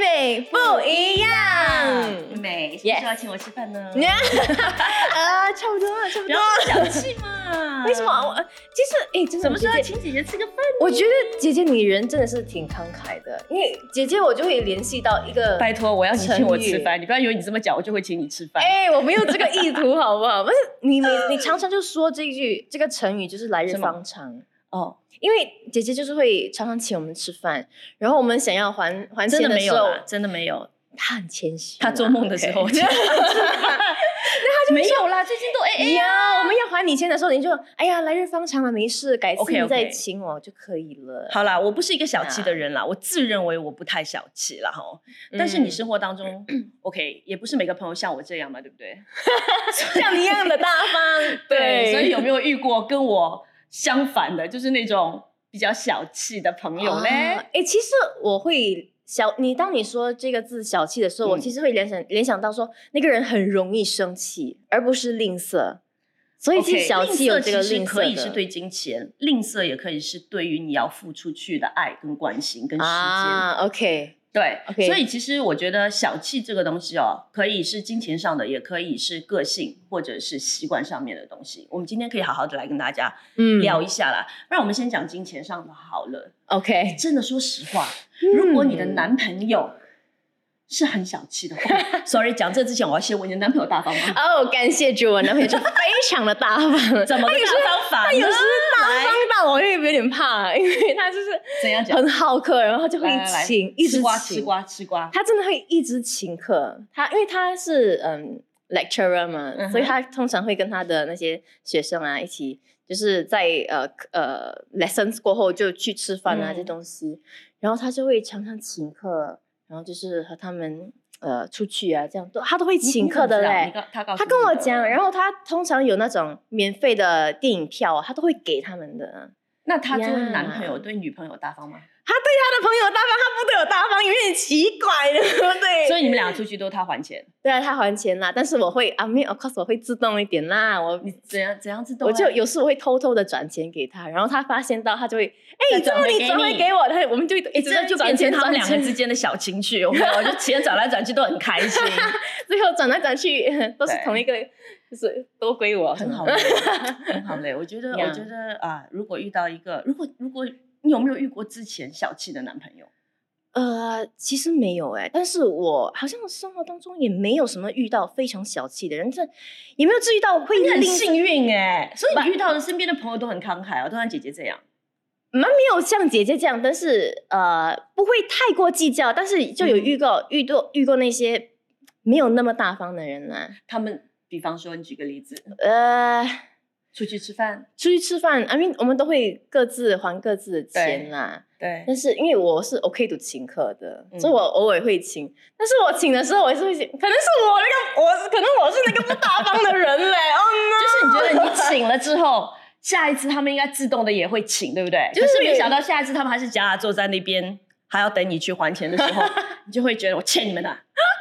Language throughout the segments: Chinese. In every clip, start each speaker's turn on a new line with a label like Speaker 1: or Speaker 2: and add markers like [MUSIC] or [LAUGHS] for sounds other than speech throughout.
Speaker 1: 美不一样。
Speaker 2: 啊
Speaker 1: 呃
Speaker 2: 美，什么
Speaker 1: Yes
Speaker 2: 时候要请我吃饭呢？
Speaker 1: 啊，差不多了，差不
Speaker 2: 不
Speaker 1: 多
Speaker 2: 要
Speaker 1: 了。！
Speaker 2: 小气嘛
Speaker 1: 为什
Speaker 2: [LAUGHS]
Speaker 1: 么？我其实，哎、真的，
Speaker 2: 什么时候
Speaker 1: 姐
Speaker 2: 要
Speaker 1: 姐
Speaker 2: 请姐姐吃个饭？
Speaker 1: 我觉得姐姐你人真的是挺慷慨的，因为姐姐我就会联系到一个，
Speaker 2: 拜托，我要你请我吃
Speaker 1: 成
Speaker 2: 饭，你不要以为你这么讲我就会请你吃饭。
Speaker 1: 哎、我没有这个意图，好不
Speaker 2: [LAUGHS]
Speaker 1: 好？但是你每你常常就说这一句这个成语就是来日
Speaker 2: 什么
Speaker 1: 方长。
Speaker 2: 哦，
Speaker 1: 因为姐姐就是会常常请我们吃饭，然后我们想要还还
Speaker 2: 真
Speaker 1: 钱
Speaker 2: 的没
Speaker 1: 时
Speaker 2: 有
Speaker 1: 候，
Speaker 2: 啦，真的没有。
Speaker 1: 她很谦虚啦，
Speaker 2: 他做梦的 [LAUGHS] 时候
Speaker 1: OK
Speaker 2: 请我吃饭，那他就没有啦，最近都哎 A
Speaker 1: 啊呀，我们要还你钱的时候，你就哎呀，来日方长嘛，没事，改次
Speaker 2: OK，OK
Speaker 1: 你再请我就可以了。
Speaker 2: 好啦，我不是一个小气的人啦，我自认为我不太小气啦哈。
Speaker 1: 嗯，
Speaker 2: 但是你生活当中 [CLEARS THROAT] ，OK，也不是每个朋友像我这样嘛，对不对？
Speaker 1: 像你一样的大 [LAUGHS] 方，
Speaker 2: 所以有没有遇过跟我相反的，就是那种比较小气的朋友呢？
Speaker 1: 哎、诶其实我会小你，当你说这个字“小气”的时候，我
Speaker 2: 嗯
Speaker 1: 其实会联想联想到说那个人很容易生气，而不是吝啬。所以
Speaker 2: OK，
Speaker 1: 其实小气有这个吝
Speaker 2: 吝啬
Speaker 1: 啬的，
Speaker 2: 其实可以是对金钱，吝啬也可以是对于你要付出去的爱跟关心跟时间。
Speaker 1: 啊，OK，
Speaker 2: 对
Speaker 1: OK
Speaker 2: 所以其实我觉得小气这个东西哦，可以是金钱上的，也可以是个性或者是习惯上面的东西。我们今天可以好好的来跟大家
Speaker 1: 嗯
Speaker 2: 聊一下啦。那我们先讲金钱上的好了。
Speaker 1: ，OK，
Speaker 2: 真的说实话，如果你
Speaker 1: 嗯
Speaker 2: 的男朋友是很小气的
Speaker 1: [LAUGHS]
Speaker 2: 话，sorry，讲这之前我要先问你的男朋友大方吗？
Speaker 1: 哦，感谢主，我男朋友就非常的大
Speaker 2: [LAUGHS]
Speaker 1: 方， [LAUGHS]
Speaker 2: 怎么个
Speaker 1: 他有时
Speaker 2: 大方法呢？
Speaker 1: 他有时大
Speaker 2: 来
Speaker 1: 方到我会有点怕，因为他就是
Speaker 2: 怎样讲？
Speaker 1: 很好客，然后他就会
Speaker 2: 来来来
Speaker 1: 请，一
Speaker 2: 吃
Speaker 1: 直
Speaker 2: 瓜
Speaker 1: 请
Speaker 2: 吃瓜吃瓜。
Speaker 1: 他真的会一直请客，他因为他是嗯 lecturer 嘛，
Speaker 2: 嗯哼
Speaker 1: 所以他通常会跟他的那些学生啊一起，就是在呃呃 lessons 过后就去吃饭啊、
Speaker 2: 嗯
Speaker 1: 这东西，然后他就会常常请客，然后就是和他们呃出去啊这样都他都会
Speaker 2: 你
Speaker 1: 请客的嘞
Speaker 2: 你。怎么知道你告他告诉
Speaker 1: 他跟
Speaker 2: 你
Speaker 1: 我
Speaker 2: 的
Speaker 1: 讲，然后他通常有那种免费的电影票啊，他都会给他们的。
Speaker 2: 那他作为男
Speaker 1: 呀哎
Speaker 2: 朋友对女朋友大方吗？
Speaker 1: 他对他的朋友大方，他不对我大方，有点奇怪，对不 [LAUGHS] 对？
Speaker 2: 所以你们俩出去都他还钱，
Speaker 1: 对啊，他还钱啦，但是我会啊，没有，of course 我会自动一点啦，我
Speaker 2: 你怎样怎样自动啊？
Speaker 1: 我就有时我会偷偷的转钱给他，然后他发现到他就会，
Speaker 2: 再
Speaker 1: 哎、你这么
Speaker 2: 转回
Speaker 1: 你
Speaker 2: 给
Speaker 1: 转回
Speaker 2: 你
Speaker 1: 给我，他我们就一
Speaker 2: 哎，
Speaker 1: 直
Speaker 2: 这
Speaker 1: 在
Speaker 2: 就
Speaker 1: 转
Speaker 2: 变
Speaker 1: 钱
Speaker 2: 成他们
Speaker 1: 转
Speaker 2: 两个
Speaker 1: 钱
Speaker 2: 之间的小情趣，有没有？就钱转来转去都很开心，
Speaker 1: [LAUGHS] 最后转来转去 [LAUGHS] 都是
Speaker 2: 对
Speaker 1: 同一个，就是都归我，嗯
Speaker 2: 很好
Speaker 1: 什
Speaker 2: 嘞
Speaker 1: 么，
Speaker 2: 嗯很
Speaker 1: [LAUGHS]
Speaker 2: 好嘞。我觉得，
Speaker 1: 呀
Speaker 2: 我觉得啊，如果遇到一个，如果如果你有没有遇过之前小气的男朋友？
Speaker 1: 呃，其实没有哎、但是我好像生活当中也没有什么遇到非常小气的人，这也没有注意到会
Speaker 2: 你很
Speaker 1: 吝
Speaker 2: 幸运哎，所以
Speaker 1: But-
Speaker 2: 你遇到的身边的朋友都很慷慨哦，都像姐姐这样。
Speaker 1: 蛮没有像姐姐这样，但是呃不会太过计较，但是就有
Speaker 2: 嗯
Speaker 1: 遇过、遇到遇过那些没有那么大方的人啦、
Speaker 2: 他们，比方说，你举个例子，
Speaker 1: 呃，
Speaker 2: 出去吃饭，
Speaker 1: 出去吃饭，I mean 我们都会各自还各自的钱啦。
Speaker 2: 对
Speaker 1: 但是因为我是 OK 的请客的，
Speaker 2: 嗯
Speaker 1: 所以我偶尔会请。但是我请的时候，我也是会请，可能是我那个我是可能我是那个不大方的人
Speaker 2: [LAUGHS]
Speaker 1: 嘞。哦、
Speaker 2: 就是你觉得你请了之后，下一次他们应该自动的也会请，对不对？
Speaker 1: 就是
Speaker 2: 可是没想到下一次他们还是假假坐在那边，还要等你去还钱的
Speaker 1: [LAUGHS]
Speaker 2: 时候，你就会觉得我欠你们的，啊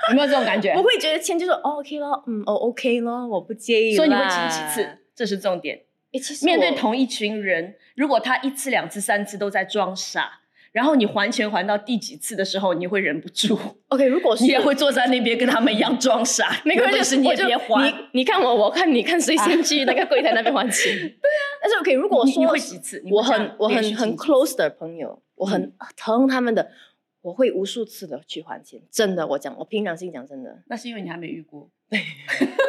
Speaker 2: 有没有这种感觉
Speaker 1: 我？会觉得钱就是哦 OK 咯，嗯哦 OK 咯，我不介意啦。
Speaker 2: 所以你会请几次？这是重点。
Speaker 1: 诶？其实
Speaker 2: 面对
Speaker 1: 我
Speaker 2: 同一群人，如果他一次、两次、三次都在装傻，然后你还钱还到第几次的时候，你会忍不住，
Speaker 1: OK，如果是
Speaker 2: 你也会坐在那边跟他们一样装
Speaker 1: [LAUGHS]
Speaker 2: 傻。
Speaker 1: 没关
Speaker 2: 原本
Speaker 1: 系，
Speaker 2: 是你
Speaker 1: 我
Speaker 2: 也
Speaker 1: 就
Speaker 2: 别还。
Speaker 1: 你你看我，我看你看，谁先 [LAUGHS] 去那个柜台那边
Speaker 2: [LAUGHS]
Speaker 1: 还钱？对啊。但是 OK，如果
Speaker 2: 你
Speaker 1: 说
Speaker 2: 你会几次？你会
Speaker 1: 我
Speaker 2: 这样
Speaker 1: 很我
Speaker 2: 连续
Speaker 1: 很很
Speaker 2: 几次
Speaker 1: close 的朋友，我很疼他们的，我会无数次的去还钱。真的，我讲，我凭良心讲，真的
Speaker 2: 那是因为你还没遇过。
Speaker 1: [LAUGHS]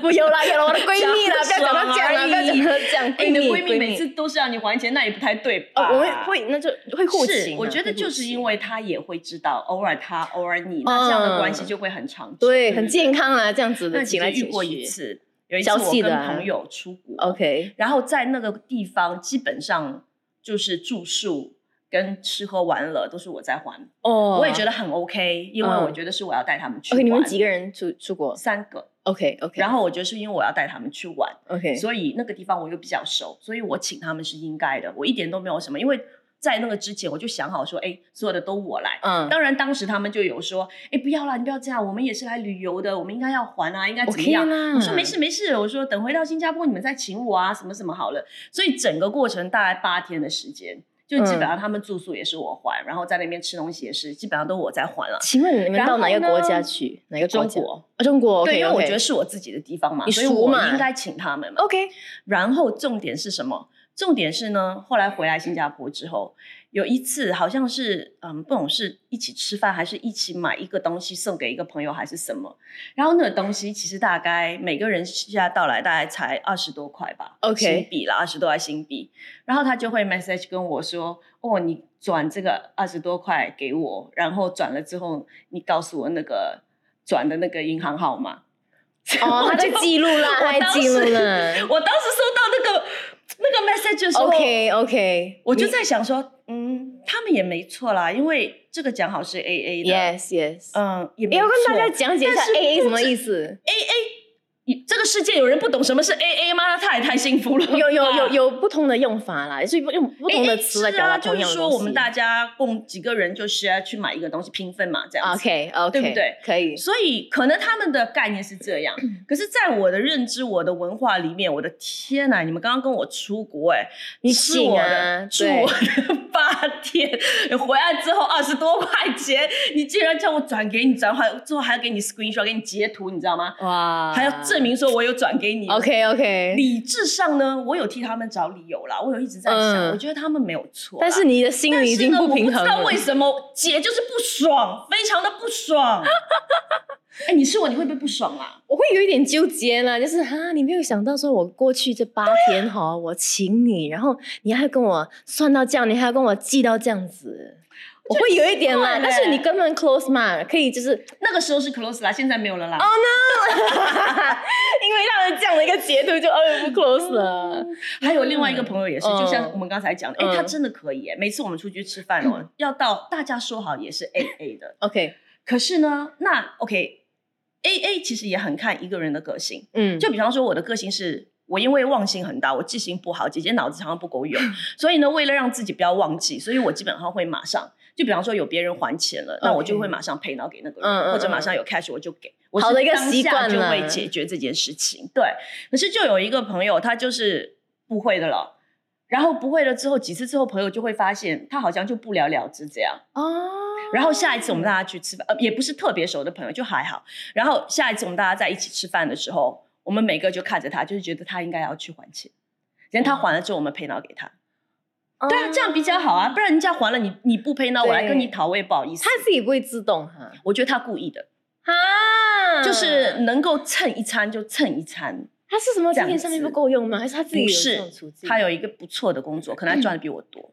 Speaker 1: 不有啦，有了我的闺蜜啦，不要讲到这样啦，
Speaker 2: 爽而已
Speaker 1: 不要讲到这样，
Speaker 2: 哎，
Speaker 1: 闺
Speaker 2: 你的
Speaker 1: 蜜
Speaker 2: 闺蜜每次都是让你还钱，那也不太对
Speaker 1: 哦
Speaker 2: 吧？，
Speaker 1: 我会会那就会互
Speaker 2: 是，
Speaker 1: 情啊，
Speaker 2: 我觉得
Speaker 1: 会互
Speaker 2: 就是因
Speaker 1: 情
Speaker 2: 为她也会知道，偶尔她，偶尔你，那这样的关系就会很长久，
Speaker 1: 嗯对很
Speaker 2: 不
Speaker 1: 健康啊，这样子
Speaker 2: 那
Speaker 1: 的
Speaker 2: 其
Speaker 1: 请
Speaker 2: 实
Speaker 1: 来
Speaker 2: 遇
Speaker 1: 请
Speaker 2: 过一
Speaker 1: 去。
Speaker 2: 次，有一次
Speaker 1: 小
Speaker 2: 我
Speaker 1: 气的
Speaker 2: 跟
Speaker 1: 啊
Speaker 2: 朋友出国
Speaker 1: OK，
Speaker 2: 然后在那个地方基本上就是住宿跟吃喝玩乐都是我在还，
Speaker 1: 哦，
Speaker 2: 我也觉得很 OK，因为
Speaker 1: 嗯
Speaker 2: 我觉得是我要带他们去玩。
Speaker 1: OK，你们几个人出出国
Speaker 2: 三个，
Speaker 1: ？OK OK，
Speaker 2: 然后我觉得是因为我要带他们去玩，
Speaker 1: OK，
Speaker 2: 所以那个地方我又比较熟，所以我请他们是应该的，我一点都没有什么，因为在那个之前我就想好说，哎，所有的都我来。
Speaker 1: 嗯，
Speaker 2: 当然，当时他们就有说：“哎，不要啦，你不要这样，我们也是来旅游的，我们应该要还啊，应该怎么
Speaker 1: OK
Speaker 2: 样？”
Speaker 1: 啦，
Speaker 2: 我说没事没事，我说等回到新加坡你们再请我啊，什么什么好了。所以整个过程大概八天的时间，就基本
Speaker 1: 嗯
Speaker 2: 上他们住宿也是我还，然后在那边吃东西也是基本上都我在还了。
Speaker 1: 请问你们
Speaker 2: 然
Speaker 1: 到哪个
Speaker 2: 后
Speaker 1: 国
Speaker 2: 呢
Speaker 1: 家去？哪个国
Speaker 2: 中
Speaker 1: 家？
Speaker 2: 国
Speaker 1: 啊中国，
Speaker 2: 对，因为我觉得
Speaker 1: 是
Speaker 2: 是我自己的地方嘛，
Speaker 1: 你
Speaker 2: 所以
Speaker 1: 熟
Speaker 2: 我
Speaker 1: 嘛
Speaker 2: 应该请他们嘛。
Speaker 1: OK，
Speaker 2: 然后重点是什么？重点是呢，后来回来新加坡之后，有一次好像是嗯，不懂是一起吃饭，还是一起买一个东西送给一个朋友，还是什么？然后那个东西其实大概每个人现在到来大概才二十多块吧
Speaker 1: OK
Speaker 2: 新币啦，二十多块新币。然后他就会 message 跟我说：“哦，你转这个二十多块给我，然后转了之后，你告诉我那个转的那个银行号码。” [LAUGHS]
Speaker 1: [LAUGHS] 哦，他在记录啦，
Speaker 2: 我
Speaker 1: 他在
Speaker 2: 当
Speaker 1: 记录
Speaker 2: 时
Speaker 1: 啦。
Speaker 2: [LAUGHS] 我当时收到那个那个 message 的时候
Speaker 1: OK OK，
Speaker 2: 我就在想说，嗯，他们也没错啦，因为这个讲好是 A A 的
Speaker 1: Yes Yes，
Speaker 2: 嗯，也没
Speaker 1: 也要
Speaker 2: 错。
Speaker 1: 跟大家讲解一下
Speaker 2: 但是
Speaker 1: AA
Speaker 2: 不
Speaker 1: 什么
Speaker 2: 知 [LAUGHS]
Speaker 1: 意思。
Speaker 2: 这个世界有人不懂什么是 A A 吗？他也太幸福了吧。
Speaker 1: 有有有有不同的用法啦，所以不用不同的
Speaker 2: AA
Speaker 1: 词来
Speaker 2: 啊是
Speaker 1: 表达
Speaker 2: 啊，
Speaker 1: 同
Speaker 2: 就是
Speaker 1: 样的
Speaker 2: 说
Speaker 1: 东
Speaker 2: 我
Speaker 1: 西
Speaker 2: 们大家共几个人就 share 去买一个东西平分嘛，这样子。
Speaker 1: OK OK，
Speaker 2: 对不对？
Speaker 1: 可以。
Speaker 2: 所以可能他们的概念是这
Speaker 1: [CLEARS THROAT]
Speaker 2: 样，可是，在我的认知、我的文化里面，我的天呐，你们刚刚跟我出国、哎，
Speaker 1: 你
Speaker 2: 吃
Speaker 1: 请
Speaker 2: 我
Speaker 1: 啊
Speaker 2: 的，住
Speaker 1: 对
Speaker 2: 我的八天，回来之后二十多块钱，你竟然叫我转给你，转还之后还要给你 screenshot，给你截图，你知道吗？
Speaker 1: 哇
Speaker 2: 还要证。明说我有转给你。
Speaker 1: 啊 OK OK，
Speaker 2: 理智上呢，我有替他们找理由啦，我有一直在想，
Speaker 1: 嗯
Speaker 2: 我觉得他们没有错啦，
Speaker 1: 但是你的心
Speaker 2: 但
Speaker 1: 里已
Speaker 2: 是
Speaker 1: 经
Speaker 2: 呢，
Speaker 1: 不平衡
Speaker 2: 我不知道
Speaker 1: 了
Speaker 2: 为。什么姐就是不爽，非常的不爽。 [LAUGHS] 哎、你是我，你会不会不爽啊？
Speaker 1: 我会有一点纠结啦，就是哈，你没有想到说我过去这八天哈、我请你，然后你还跟我算到这样，你还要跟我记到这样子，我会有一点啦。
Speaker 2: 奇怪
Speaker 1: 但是
Speaker 2: 嘞
Speaker 1: 你根本 close 嘛，可以就是
Speaker 2: 那个时候是 close 啦，现在没有了啦。
Speaker 1: 因为让人这样的一个截图就哦不 close 了。
Speaker 2: 还有另外一个朋友也是，
Speaker 1: 嗯
Speaker 2: 就像我们刚才讲的，哎、
Speaker 1: 嗯
Speaker 2: 他真的可以、哎，每次我们出去吃饭哦，要到大家说好也是 A A 的。
Speaker 1: OK，
Speaker 2: 可是呢，那 OK A A 其实也很看一个人的个性。
Speaker 1: 嗯，
Speaker 2: 就比方说，我的个性是。我因为忘性很大，我记性不好，姐姐脑子常常不
Speaker 1: [LAUGHS]
Speaker 2: 够用，所以呢，为了让自己不要忘记，所以我基本上会马上，就比方说有别人还钱了，那我就会马上赔脑给那个人，
Speaker 1: 嗯嗯
Speaker 2: 或者马
Speaker 1: 嗯
Speaker 2: 上有 cash 我就给。我
Speaker 1: 好的一个
Speaker 2: 是当
Speaker 1: 习
Speaker 2: 下
Speaker 1: 惯
Speaker 2: 就
Speaker 1: 了
Speaker 2: 会解决这件事情。对，可是就有一个朋友，他就是不会的了，然后不会了之后几次之后，朋友就会发现他好像就不了了之这样。
Speaker 1: 哦，
Speaker 2: 然后下一次我们大家去吃饭，呃，也不是特别熟的朋友，就还好。然后下一次我们大家在一起吃饭的时候，我们每个就看着他，就是觉得他应该要去还钱。人他还了之后，我们赔脑给他。
Speaker 1: 哦
Speaker 2: 对啊，这样比较好啊，不然人家还了你，你不赔脑，我来跟你讨，我也不好意思
Speaker 1: 他。自己不会自动哈，
Speaker 2: 我觉得他故意的，
Speaker 1: 啊，
Speaker 2: 就是能够蹭一餐就蹭一餐。
Speaker 1: 他是什么
Speaker 2: 这样
Speaker 1: 金钱上面不
Speaker 2: 子
Speaker 1: 够用吗？还是他自己有
Speaker 2: 不
Speaker 1: 这
Speaker 2: 是
Speaker 1: 种处境？
Speaker 2: 他有一个不错的工作，可能他赚的比我多。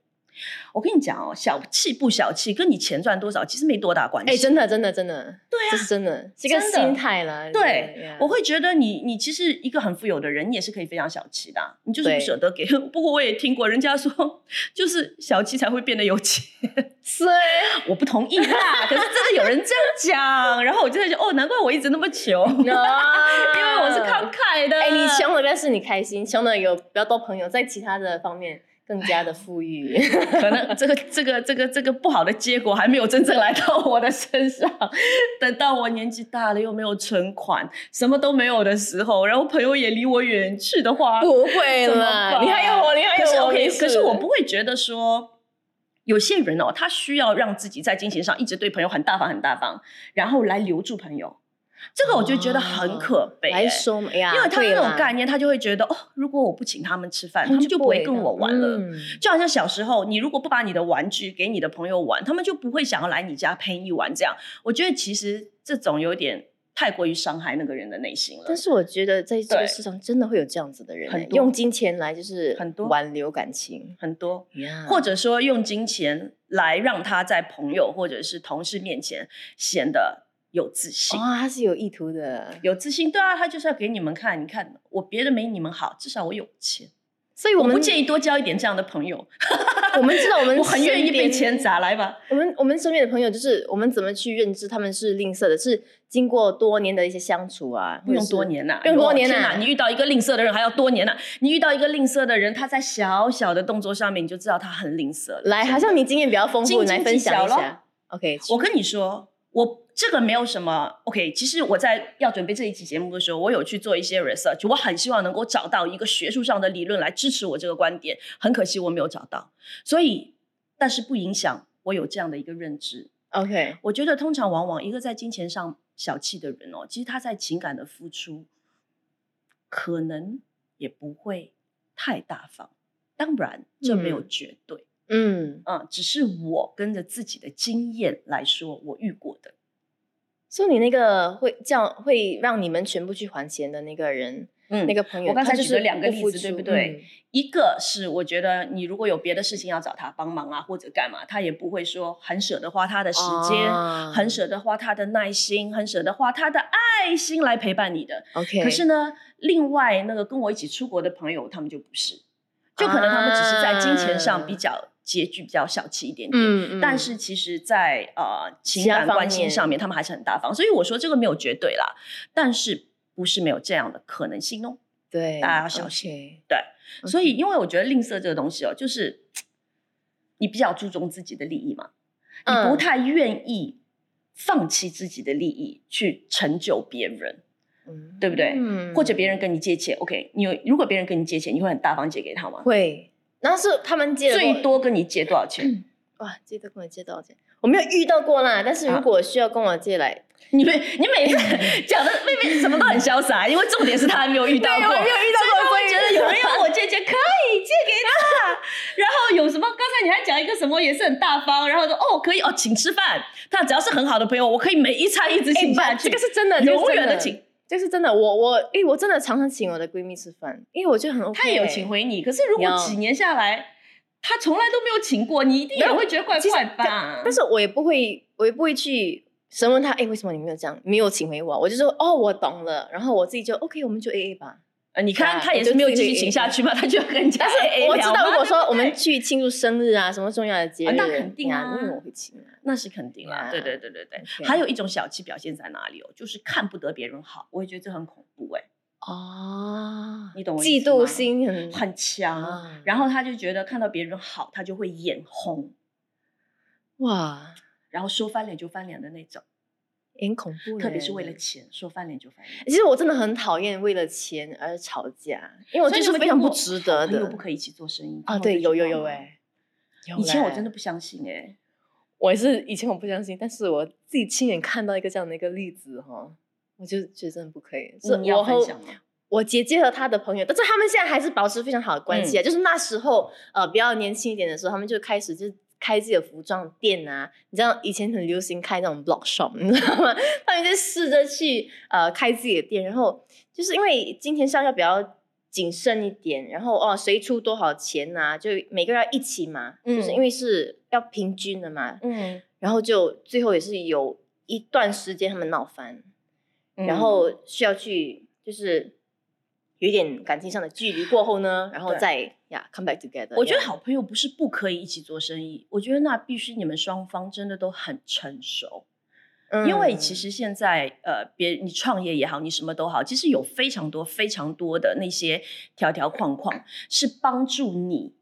Speaker 2: 我跟你讲哦，小气不小气，跟你钱赚多少其实没多大关系。
Speaker 1: 哎，真的真的真的，
Speaker 2: 对啊
Speaker 1: 这是真的，这个
Speaker 2: 真的
Speaker 1: 心态啦。
Speaker 2: 对
Speaker 1: yeah，
Speaker 2: 我会觉得你你其实一个很富有的人，你也是可以非常小气的啊、你就是
Speaker 1: 对
Speaker 2: 不舍得给。 [LAUGHS] 不过我也听过人家说，就是小气才会变得有钱， [LAUGHS]
Speaker 1: 是啊
Speaker 2: 我不同意啦。可是真的有人这样讲，然后我就在想，哦，难怪我一直那么穷，因为
Speaker 1: 因
Speaker 2: 我是慷慨的。
Speaker 1: 嗯哎，你穷了，但是你开心，穷了有比较多朋友，在其他的方面更加的
Speaker 2: [LAUGHS]
Speaker 1: 富裕。
Speaker 2: 可能这个这个这个这个不好的结果还没有真正来到我的身上。等到我年纪大了，又没有存款，什么都没有的时候，然后朋友也离我远去的话，
Speaker 1: 不 [LAUGHS] 会
Speaker 2: 怎么
Speaker 1: 啦，
Speaker 2: 办
Speaker 1: 你还有我，你还
Speaker 2: 可是
Speaker 1: 有我，没
Speaker 2: OK，
Speaker 1: 事
Speaker 2: 可是我不会觉得说。有些人哦，他需要让自己在金钱上一直对朋友很大方、很大方，然后来留住朋友，这个我就觉得很可悲、
Speaker 1: 哦来
Speaker 2: 哎
Speaker 1: 说嘛哎呀，
Speaker 2: 因为他
Speaker 1: 对
Speaker 2: 那种
Speaker 1: 啦
Speaker 2: 概念，他就会觉得哦，如果我不请他们吃饭，他们就不会跟我玩了。
Speaker 1: 嗯
Speaker 2: 就好像小时候，你如果不把你的玩具给你的朋友玩，他们就不会想要来你家陪你玩。这样，我觉得其实这种有点太过于伤害那个人的内心了
Speaker 1: 但。是我觉得在这个
Speaker 2: 对
Speaker 1: 市场真的会有这样子的人
Speaker 2: 很
Speaker 1: 欸，
Speaker 2: 多
Speaker 1: 用金钱来就是
Speaker 2: 很多
Speaker 1: 挽留感情，
Speaker 2: 很多，
Speaker 1: 呀
Speaker 2: 或者说用金钱来让他在朋友或者是同事面前显得有自信。
Speaker 1: 哇，他是有意图的，
Speaker 2: 有自信，对啊，他就是要给你们看，你看我别的没你们好，至少我有钱。
Speaker 1: 所以我
Speaker 2: 我
Speaker 1: 们
Speaker 2: 不建议多交一点这样的朋友，
Speaker 1: 我们知道我
Speaker 2: [LAUGHS]
Speaker 1: 们
Speaker 2: 我很愿意
Speaker 1: 身边
Speaker 2: 被钱砸，来吧。
Speaker 1: 我们我们身边的朋友就是我们怎么去认知他们是吝啬的，是经过多年的一些相处啊，
Speaker 2: 不用多
Speaker 1: 年。
Speaker 2: 年呐、
Speaker 1: 不用多年呐
Speaker 2: 呐、你遇到一个吝啬的人还要多年呐、你遇到一个吝啬的人，他在小小的动作上面，你就知道他很吝啬了。
Speaker 1: 来，
Speaker 2: 真的
Speaker 1: 好像你经验比较丰富，
Speaker 2: 斤
Speaker 1: 你来
Speaker 2: 斤
Speaker 1: 分
Speaker 2: 计
Speaker 1: 享一
Speaker 2: 较咯
Speaker 1: 下。OK，
Speaker 2: 我跟你说，我这个没有什么 OK。其实我在要准备这一期节目的时候，我有去做一些 research，我很希望能够找到一个学术上的理论来支持我这个观点，很可惜我没有找到。所以但是不影响我有这样的一个认知。
Speaker 1: OK，
Speaker 2: 我觉得通常往往一个在金钱上小气的人哦，其实他在情感的付出可能也不会太大方。当然，这没有
Speaker 1: 嗯
Speaker 2: 绝对，
Speaker 1: 嗯，
Speaker 2: 啊，只是我跟着自己的经验来说，我遇过的。
Speaker 1: 所以你那个会叫会让你们全部去还钱的那个人，
Speaker 2: 嗯
Speaker 1: 那个朋友，
Speaker 2: 我刚才
Speaker 1: 他就
Speaker 2: 举
Speaker 1: 是
Speaker 2: 了两个
Speaker 1: 不
Speaker 2: 例
Speaker 1: 付
Speaker 2: 子对
Speaker 1: 出嗯
Speaker 2: 不对？一个是我觉得你如果有别的事情要找他帮忙啊，或者干嘛，他也不会说很舍得花他的时间，
Speaker 1: 啊
Speaker 2: 很舍得花他的耐心，很舍得花他的爱心来陪伴你的。
Speaker 1: 嗯 OK，
Speaker 2: 可是呢，另外那个跟我一起出国的朋友，他们就不是，就可能他们只是在金钱上比较拮据、比较小气一点点。
Speaker 1: 啊嗯，嗯
Speaker 2: 但是其实在，呃情
Speaker 1: 其他
Speaker 2: 感
Speaker 1: 方
Speaker 2: 关系
Speaker 1: 面
Speaker 2: 上面，他们还是很大方，所以我说这个没有绝对啦，但是不是没有这样的可能性哦？
Speaker 1: 对，
Speaker 2: 大家要小心
Speaker 1: OK，
Speaker 2: 对
Speaker 1: OK
Speaker 2: 所以，因为我觉得吝啬这个东西哦，就是你比较注重自己的利益嘛，你不
Speaker 1: 嗯
Speaker 2: 太愿意放弃自己的利益去成就别人，
Speaker 1: 嗯
Speaker 2: 对不对
Speaker 1: 嗯
Speaker 2: 或者别人跟你借钱，OK，你有如果别人跟你借钱，你会很大方借给他吗？
Speaker 1: 会，那是他们借得嗯过
Speaker 2: 最多跟你借多少钱？
Speaker 1: 哇，借得跟我借多少钱？我没有遇到过啦，但是如
Speaker 2: 啊
Speaker 1: 果需要跟我借来，
Speaker 2: 你每你每次讲的妹妹什么都很潇洒，因为重点是她还没有遇到过，
Speaker 1: 遇
Speaker 2: 所以他会觉得有人
Speaker 1: 要
Speaker 2: 要我借钱，可以借给他。然后有什么？刚才你还讲一个什么，也是很大方，然后说哦可以哦，请吃饭。他只要是很好的朋友，我可以每一餐一直请下
Speaker 1: 哎，
Speaker 2: 去。
Speaker 1: 这个是真的，这个是
Speaker 2: 永远
Speaker 1: 真
Speaker 2: 的
Speaker 1: 的
Speaker 2: 请，，
Speaker 1: 这是真的。我我哎，我真的常常请我的闺蜜吃饭，因为我觉得很 OK。欸
Speaker 2: 他也有请回你。可是如果
Speaker 1: 有
Speaker 2: 几年下来，他从来都没有请过，你一定也会觉得怪
Speaker 1: 其实
Speaker 2: 怪吧？
Speaker 1: 但是我也不会，我也不会去审问他，哎，为什么你没有这样，没有请回我？我就说，哦，我懂了，然后我自己就 OK，我们就 AA 吧。
Speaker 2: 呃你看
Speaker 1: 啊
Speaker 2: 他也
Speaker 1: 我
Speaker 2: 是
Speaker 1: 就
Speaker 2: 没有
Speaker 1: 自
Speaker 2: 继
Speaker 1: 己
Speaker 2: 续请下去嘛，他就要跟人家
Speaker 1: 但是
Speaker 2: AA
Speaker 1: 我知
Speaker 2: 哎聊嘛
Speaker 1: 道，如果说我
Speaker 2: 对
Speaker 1: 们
Speaker 2: 不对
Speaker 1: 去庆祝生日啊，什么重要的节
Speaker 2: 啊
Speaker 1: 日，
Speaker 2: 那肯定啊
Speaker 1: 呀那我会请啊。
Speaker 2: 那是肯定啦，
Speaker 1: 呀
Speaker 2: 对对对对对。
Speaker 1: OK
Speaker 2: 还有一种小气表现在哪里哦？就是看不得别人好，我也觉得这很恐怖哎、
Speaker 1: 哦，
Speaker 2: 你懂我意
Speaker 1: 嫉
Speaker 2: 思吗
Speaker 1: 妒心很
Speaker 2: 很强，
Speaker 1: 啊
Speaker 2: 然后他就觉得看到别人好，他就会眼红，
Speaker 1: 哇，
Speaker 2: 然后说翻脸就翻脸的那种，
Speaker 1: 也很恐怖嘞。欸
Speaker 2: 特别是为了钱，说翻脸就翻脸。
Speaker 1: 其实我真的很讨厌为了钱而吵架，因为我
Speaker 2: 所
Speaker 1: 就
Speaker 2: 以
Speaker 1: 是
Speaker 2: 你们
Speaker 1: 非
Speaker 2: 听
Speaker 1: 常不
Speaker 2: 过
Speaker 1: 值
Speaker 2: 好
Speaker 1: 得
Speaker 2: 朋友
Speaker 1: 的。
Speaker 2: 不可哦以一起做生意
Speaker 1: 啊，对，有有有哎、
Speaker 2: 哎，
Speaker 1: 有
Speaker 2: 以前我
Speaker 1: 嘞
Speaker 2: 真的，不相信哎，
Speaker 1: 我也是以前我不相信，但是我自己亲眼看到一个这样的一个例子哈，我就觉得真的不可以。是
Speaker 2: 你要
Speaker 1: 我
Speaker 2: 分
Speaker 1: 后
Speaker 2: 享吗？
Speaker 1: 我姐姐和她的朋友，但是他们现在还是保持非常好的关
Speaker 2: 嗯
Speaker 1: 系啊。就是那时候呃比较年轻一点的时候，他们就开始就是开自己的服装店啊，你知道以前很流行开那种 blog shop，你知道吗？ [LAUGHS] 他们就试着去呃开自己的店，然后就是因为金钱上要比较谨慎一点，然后哦谁出多少钱呐、就每个人要一起嘛，就是
Speaker 2: 嗯
Speaker 1: 因为是要平均的嘛，
Speaker 2: 嗯，
Speaker 1: 然后就最后也是有一段时间他们闹翻，
Speaker 2: 嗯
Speaker 1: 然后需要去就是有一点感情上的距离过后呢，然后
Speaker 2: 对
Speaker 1: 再呀 come back together。
Speaker 2: 我觉得好朋友不是不可以一起做生意，我觉得那必须你们双方真的都很成熟，
Speaker 1: 嗯，
Speaker 2: 因为其实现在呃，别你创业也好，你什么都好，其实有非常多非常多的那些条条框框是帮助你。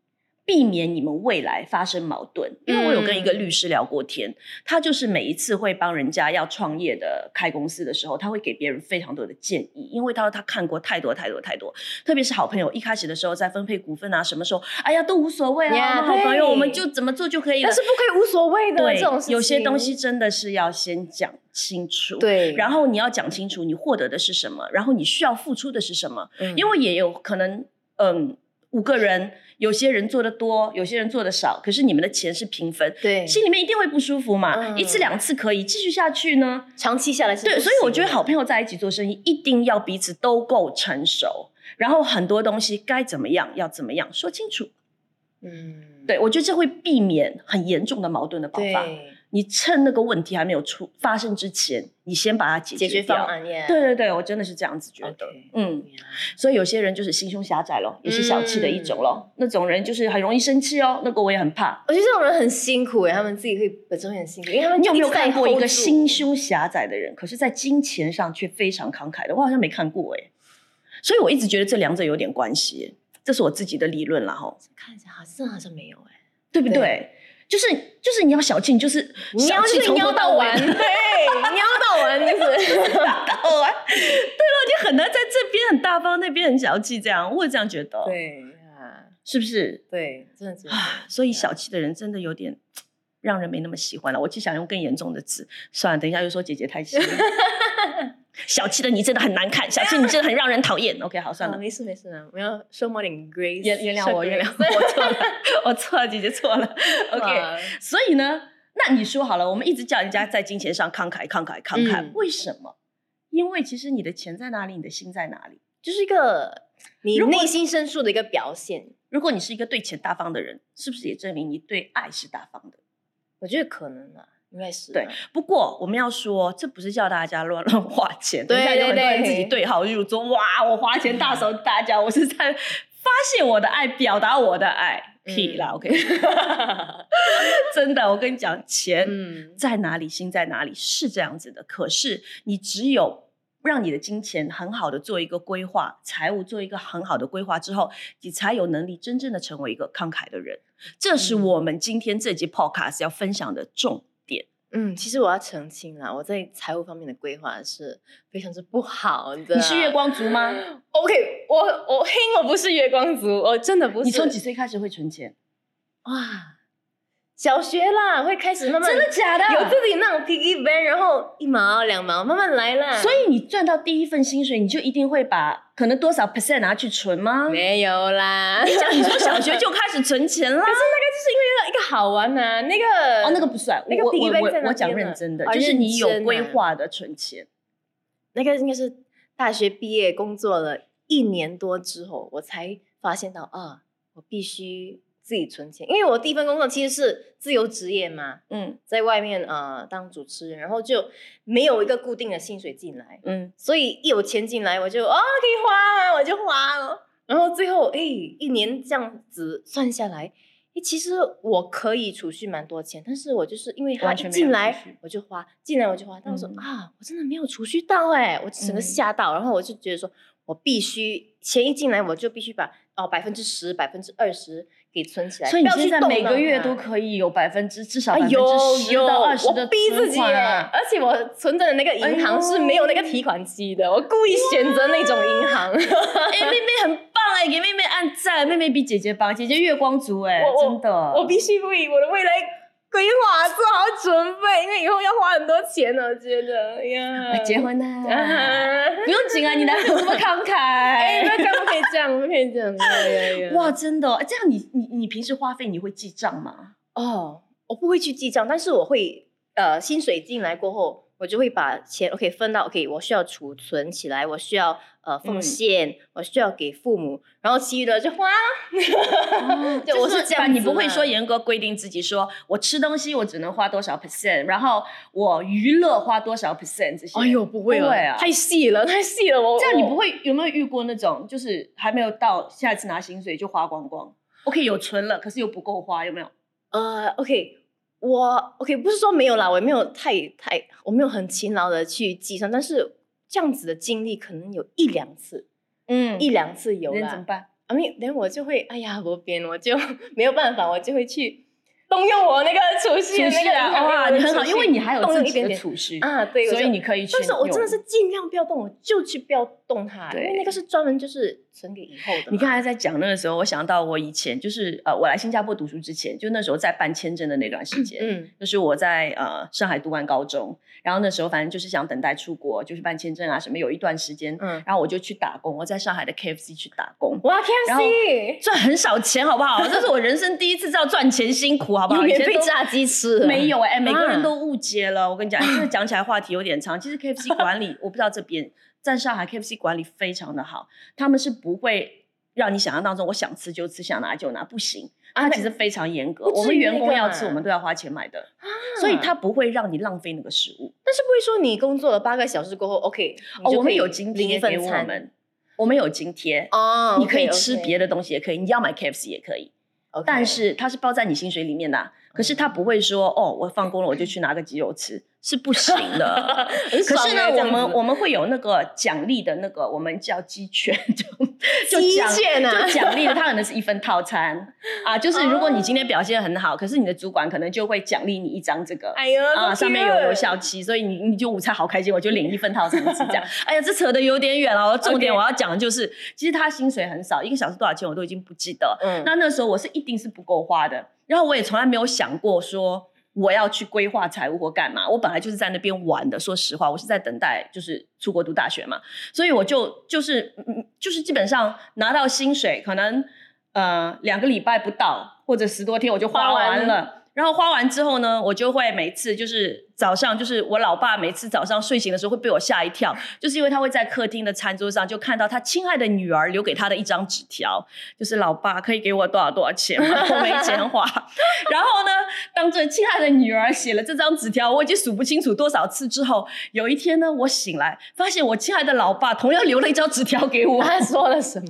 Speaker 2: 避免你们未来发生矛盾，因为我有跟一个
Speaker 1: 嗯
Speaker 2: 律师聊过天，他就是每一次会帮人家要创业的、开公司的时候，他会给别人非常多的建议，因为他说他看过太多太多太多，特别是好朋友一开始的时候在分配股份啊，什么时候，哎呀都无所谓啦，
Speaker 1: Yeah，
Speaker 2: 我们好朋友
Speaker 1: 对
Speaker 2: 我们就怎么做就可以了
Speaker 1: 但。是不可以无所谓的
Speaker 2: [LAUGHS] 对，
Speaker 1: 这种事情，
Speaker 2: 有些东西真的是要先讲清楚。。
Speaker 1: 对，
Speaker 2: 然后你要讲清楚你获得的是什么，然后你需要付出的是什么，
Speaker 1: 嗯
Speaker 2: 因为也有可能，嗯，五个人，有些人做的多，有些人做的少，可是你们的钱是平分，
Speaker 1: 对
Speaker 2: 心里面一定会不舒服嘛。
Speaker 1: 嗯
Speaker 2: 一次两次可以，继续下去呢，
Speaker 1: 长期下来是
Speaker 2: 对，
Speaker 1: 不
Speaker 2: 所以我
Speaker 1: 行
Speaker 2: 觉得
Speaker 1: 的
Speaker 2: 好朋友在一起做生意，一定要彼此都够成熟，然后很多东西该怎么样要怎么样说清楚。
Speaker 1: 嗯
Speaker 2: 对我觉得这会避免很严重的矛盾的爆发。
Speaker 1: 对
Speaker 2: 你趁那个问题还没有出发生之前，你先把它解
Speaker 1: 解决
Speaker 2: 掉
Speaker 1: 方。案耶，
Speaker 2: 对对对，我真的是这样子觉得。
Speaker 1: OK
Speaker 2: 嗯，
Speaker 1: 呀
Speaker 2: 所以有些人就是心胸狭窄咯，也是小气的一种
Speaker 1: 嗯
Speaker 2: 咯。那种人就是很容易生气哦，那个我也很怕。
Speaker 1: 我觉得这种人很辛苦哎，他们自己会本身会很辛苦，因为他们
Speaker 2: 你有没有
Speaker 1: 直在
Speaker 2: 看过一
Speaker 1: hold
Speaker 2: 个
Speaker 1: 住
Speaker 2: 心？胸狭窄的人，可是在金钱上却非常慷慨的？我好像没看过哎、所以我一直觉得这两者有点关系欸，这是我自己的理论啦吼，
Speaker 1: 看一下，好像好像没 [LAUGHS] 有哎，
Speaker 2: 对不对？
Speaker 1: 对
Speaker 2: 就是就是你要小气，你就是
Speaker 1: 你要
Speaker 2: 小气
Speaker 1: 是
Speaker 2: 从头
Speaker 1: 瞄到
Speaker 2: 尾
Speaker 1: 完，对，
Speaker 2: 哎
Speaker 1: 瞄到完
Speaker 2: [LAUGHS]
Speaker 1: 就是。
Speaker 2: 哦，哎对了，你很难在这边很大方，那边很小气，这样我也这样觉得。
Speaker 1: 对啊，啊，
Speaker 2: 是不是？
Speaker 1: 对，真的觉得
Speaker 2: 啊，所以小气的人真的有点让人没那么喜欢了。我就想用更严重的词，算了，等一下又说姐姐太气了。 [LAUGHS] 小气的你真的很难看，小气你真的很让人讨厌。OK，好，算
Speaker 1: 算了，
Speaker 2: 了，
Speaker 1: 没事没事呢，我要说 more than grace，
Speaker 2: 嗯原原谅
Speaker 1: show
Speaker 2: 我，原谅
Speaker 1: grace
Speaker 2: 我，我错了， [LAUGHS] 我错了，姐姐错 [LAUGHS] 了。OK，
Speaker 1: [LAUGHS] 哇
Speaker 2: 所以呢，那你说好了，我们一直叫人家在金钱上慷慨、慷慨、慷慨，
Speaker 1: 嗯
Speaker 2: 为什么？因为其实你的钱在哪里，你的心在哪里。
Speaker 1: 就是一个你
Speaker 2: 如果
Speaker 1: 内心深处的一个表现，
Speaker 2: 如果你是一个对钱大方的人，是不是也证明你对爱是大方的？
Speaker 1: 我觉得可能啊，应该是
Speaker 2: 对
Speaker 1: 啊
Speaker 2: 不过我们要说，这不是叫大家乱 [LAUGHS] 乱花钱，
Speaker 1: 对
Speaker 2: 等一下有很多人
Speaker 1: 对对嗯
Speaker 2: 自己对号入座，哇，我花钱大手大脚，我是在发泄我的爱，表达我的爱，屁啦、
Speaker 1: 嗯
Speaker 2: o k [LAUGHS] 真的，我跟你讲，钱
Speaker 1: 嗯，
Speaker 2: 在哪里，心在哪里是这样子的。可是你只有让你的金钱很好的做一个规划，财务做一个很好的规划之后，你才有能力真正的成为一个慷慨的人。这是
Speaker 1: 嗯
Speaker 2: 我们今天这集 podcast 要分享的重点。
Speaker 1: 嗯，其实我要澄清啦，我在财务方面的规划是非常之不好的。
Speaker 2: 你是月光族吗？
Speaker 1: ？OK，我我嘿，我不是月光族，我真的不是。
Speaker 2: 你从几岁开始会存钱？
Speaker 1: 哇？小学啦，会开始慢慢
Speaker 2: 真的假的？
Speaker 1: 有自己那种 piggy bank，然后一毛两毛慢慢来啦。
Speaker 2: 所以你赚到第一份薪水，你就一定会把可能多少 percent 拿去存吗？
Speaker 1: 没有啦，
Speaker 2: 你讲你从小学就开始存钱啦？
Speaker 1: 就是因为那个一个好玩呐、那个
Speaker 2: 哦，那个不算，
Speaker 1: 那个
Speaker 2: 我
Speaker 1: piggy bank
Speaker 2: 我
Speaker 1: 在那边
Speaker 2: 我我讲
Speaker 1: 呢
Speaker 2: 认真的，
Speaker 1: 哦
Speaker 2: 就是你有
Speaker 1: 认真啊
Speaker 2: 规划的存钱。
Speaker 1: 那个应该是大学毕业工作了一年多之后，我才发现到啊，我必须自己存钱，因为我第一份工作其实是自由职业嘛，
Speaker 2: 嗯
Speaker 1: 在外面呃当主持人，然后就没有一个固定的薪水进来，
Speaker 2: 嗯，
Speaker 1: 所以一有钱进来我就哦可以花啊，我就花了，然后最后哎一年这样子算下来。诶其实我可以储蓄蛮多钱，但是我就是因为他
Speaker 2: 完
Speaker 1: 一
Speaker 2: 全没有
Speaker 1: 进
Speaker 2: 储蓄
Speaker 1: 来我就花，进来我就花。但我说、
Speaker 2: 嗯
Speaker 1: 啊，我真的没有储蓄到哎、我整个
Speaker 2: 嗯
Speaker 1: 吓到，然后我就觉得说我必须钱一进来我就必须把哦百分之十、百分之二十给存起来，
Speaker 2: 所以
Speaker 1: 不
Speaker 2: 你
Speaker 1: 要
Speaker 2: 现
Speaker 1: 去
Speaker 2: 在
Speaker 1: 动
Speaker 2: 每
Speaker 1: 到
Speaker 2: 个月
Speaker 1: 它
Speaker 2: 都可以有百分之至少百
Speaker 1: 啊
Speaker 2: 分之
Speaker 1: 有
Speaker 2: 十
Speaker 1: 有，
Speaker 2: 到二十
Speaker 1: 我
Speaker 2: 的
Speaker 1: 逼自
Speaker 2: 存
Speaker 1: 己
Speaker 2: 款
Speaker 1: 耶，
Speaker 2: 啊。
Speaker 1: 而且我存着的那个银
Speaker 2: 哎呦
Speaker 1: 行是没有那个提款机的，我故意选择那种银
Speaker 2: [LAUGHS]
Speaker 1: 行。
Speaker 2: 哎，妹妹很棒哎，给妹妹按赞，妹妹比姐姐棒，姐姐月光族哎，
Speaker 1: 我我
Speaker 2: 真的。
Speaker 1: 我必须为我的未来规划做好准备，因为以后要花很多钱呢，我觉得呀
Speaker 2: 啊。结婚啦，
Speaker 1: 啊！
Speaker 2: 不用 [LAUGHS] 紧啊，你男朋友这么慷 [LAUGHS]
Speaker 1: 哎，
Speaker 2: 慨。
Speaker 1: 那这样不可以这样，不可以这样。哎呀呀呀
Speaker 2: 哇，真的哦，这样你你你平时花费你会记账吗？
Speaker 1: 哦，我不会去记账，但是我会呃，薪水进来过后，我就会把钱 OK 分到 OK，我需要储存起来，我需要呃奉
Speaker 2: 嗯
Speaker 1: 献，我需要给父母，然后其余的就花了。
Speaker 2: 哦 [LAUGHS]
Speaker 1: 对
Speaker 2: 就
Speaker 1: 我是这样
Speaker 2: 吧你
Speaker 1: 子
Speaker 2: 不会
Speaker 1: 啦
Speaker 2: 说严格规定自己说，我吃东西我只能花多少 percent，然后我娱乐花多少 percent 这些。
Speaker 1: 哎呦，不会
Speaker 2: 不
Speaker 1: 了，
Speaker 2: 会啊
Speaker 1: 太细了，太细了。我
Speaker 2: 这样你不
Speaker 1: 会
Speaker 2: 会有没有遇过那种，就是还没有到下一次拿薪水就花光光？OK，有存了，可是又不够花，有没有？
Speaker 1: 呃 OK。我 OK，不是说没有啦，我也没有太太，我没有很勤劳的去计算，但是这样子的经历可能有一两次，
Speaker 2: 嗯
Speaker 1: 一两次有
Speaker 2: 人
Speaker 1: 啦。
Speaker 2: 怎么
Speaker 1: [LAUGHS]
Speaker 2: 办？
Speaker 1: I mean，然后我就会，哎呀，我边我就 [LAUGHS] 没有办法，我就会去动用我那个储蓄的那个银行
Speaker 2: 啊哇，
Speaker 1: 给我的
Speaker 2: 你很好，
Speaker 1: 储蓄
Speaker 2: 因为你还有
Speaker 1: 动
Speaker 2: 自
Speaker 1: 用一
Speaker 2: 己
Speaker 1: 点
Speaker 2: 的
Speaker 1: 点
Speaker 2: 储蓄，
Speaker 1: 啊，对，我
Speaker 2: 所以
Speaker 1: 就
Speaker 2: 你。可以去
Speaker 1: 但
Speaker 2: 用。
Speaker 1: 是我真的是尽量不要动，我就去不要动它，因
Speaker 2: 对
Speaker 1: 为那个是专门就是存给以后的嘛。
Speaker 2: 你刚才在讲那个时候，我想到我以前就是呃，我来新加坡读书之前，就那时候在办签证的那段时间，
Speaker 1: 嗯，
Speaker 2: [CLEARS THROAT] 就是我在呃上海读完高中，然后那时候反正就是想等待出国，就是办签证啊什么，有一段时间，
Speaker 1: 嗯
Speaker 2: 然后我就去打工，我在上海的 KFC 去打工，
Speaker 1: 哇
Speaker 2: 然后
Speaker 1: ，KFC
Speaker 2: 赚很少钱，好不 [LAUGHS] 好？这是我人生第一次知道赚钱辛苦，好不好？
Speaker 1: 有免费
Speaker 2: 以前都
Speaker 1: 炸鸡吃，
Speaker 2: 没有哎、每个人
Speaker 1: 啊
Speaker 2: 都误解了。我跟你 [LAUGHS] 讲，哎这个讲起来话题有点长。其实 KFC 管理，我不知道这边在上海 KFC 管理非常的好，他们是不会让你想象当中我想吃就吃，想拿就拿，不行。
Speaker 1: 啊
Speaker 2: 它其实非常严格，
Speaker 1: 不至于
Speaker 2: 我们员工
Speaker 1: 那个
Speaker 2: 要
Speaker 1: 啊
Speaker 2: 吃，我们都要花钱买的，所以它不会让你浪费那个食物。
Speaker 1: 但是不会说你工作了八个小时过后，OK，
Speaker 2: 哦，
Speaker 1: 你就
Speaker 2: 我们
Speaker 1: 可以
Speaker 2: 有津
Speaker 1: 领
Speaker 2: 贴给
Speaker 1: 一份
Speaker 2: 我
Speaker 1: 餐
Speaker 2: 们，我们有津贴，
Speaker 1: 哦，
Speaker 2: 你可以吃别
Speaker 1: 的，
Speaker 2: 的东西也可以，你要买 KFC 也可以。
Speaker 1: OK
Speaker 2: 但是它是包在你薪水里面的啊、可是它不会说哦，我放工了我就去拿个鸡肉吃，是不行的。
Speaker 1: [LAUGHS]
Speaker 2: 可是
Speaker 1: 欸
Speaker 2: 呢，我们我们会有那个奖励的那个，我们叫鸡券，就就
Speaker 1: 鸡
Speaker 2: 奖
Speaker 1: 券啊
Speaker 2: 就奖励
Speaker 1: [LAUGHS]
Speaker 2: 的，它可能是一份套餐啊。就是如果你今天表现很好，可是你的主管可能就会奖励你一张这个。
Speaker 1: 哎呦，
Speaker 2: 啊，
Speaker 1: so
Speaker 2: 上面有有
Speaker 1: cute
Speaker 2: 效期，所以你你就午餐好开心，我就领一份套餐是
Speaker 1: [LAUGHS]
Speaker 2: 这样。哎呀，这扯得有点远了。哦重点
Speaker 1: OK
Speaker 2: 我要讲的就是其实他薪水很少，一个小时多少钱我都已经不记得了。
Speaker 1: 嗯，
Speaker 2: 那那时候我是一定是不够花的，然后我也从来没有想过说我要去规划财务或干嘛。我本来就是在那边玩的，说实话，我是在等待就是出国读大学嘛，所以我就就是嗯嗯就是基本上拿到薪水，可能呃两个礼拜不到或者十多天我就花
Speaker 1: 花完
Speaker 2: 完
Speaker 1: 了
Speaker 2: 了。然后花完之后呢，我就会每次就是早上，就是我老爸每次早上睡醒的时候会被我吓一跳，就是因为他会在客厅的餐桌上就看到他亲爱的女儿留给他的一张纸条，就是老爸可以给我多少多少钱吗？我没钱花。 [LAUGHS] 然后呢，当这亲爱的女儿写了这张纸条，我已经数不清楚多少次之后，有一天呢，我醒来发现我亲爱的老爸同样留了一张纸条给我。
Speaker 1: [LAUGHS] 他说
Speaker 2: [LAUGHS]
Speaker 1: 了什么？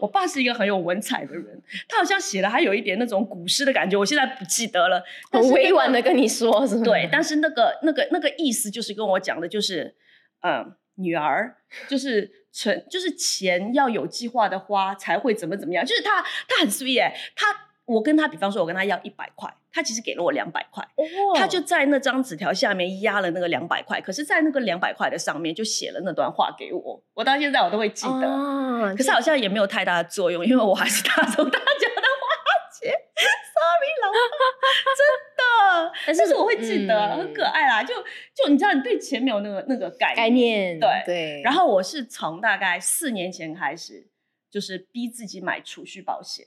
Speaker 2: 我爸是一个很有文采的人，他好像写了还有一点那种古诗的感觉，我现在不记得了。但是
Speaker 1: 很
Speaker 2: 那个
Speaker 1: 委婉的跟你说，是吗？ [LAUGHS]
Speaker 2: 对，但是那个那个那个意思就是跟我讲的，就是，嗯，女儿就是存，就是钱要有计划的花才会怎么怎么样，就是他他很 sweet 哎、他我跟他比方说，我跟他要一百块，他其实给了我两百块，
Speaker 1: 哦
Speaker 2: 他就在那张纸条下面压了那个两百块，可是，在那个两百块的上面就写了那段话给我，我到现在我都会记得。
Speaker 1: 啊
Speaker 2: 哦可是好像也没有太大的作用，因为我还是打从大家的花钱。Sorry，老爸，真的，但
Speaker 1: 但是
Speaker 2: 是我会记得，
Speaker 1: 嗯
Speaker 2: 很可爱啦。就就你知道，你对钱没有那个那个概念。
Speaker 1: 概念
Speaker 2: 对
Speaker 1: 对，
Speaker 2: 然后我是从大概四年前开始，就是逼自己买储蓄保险。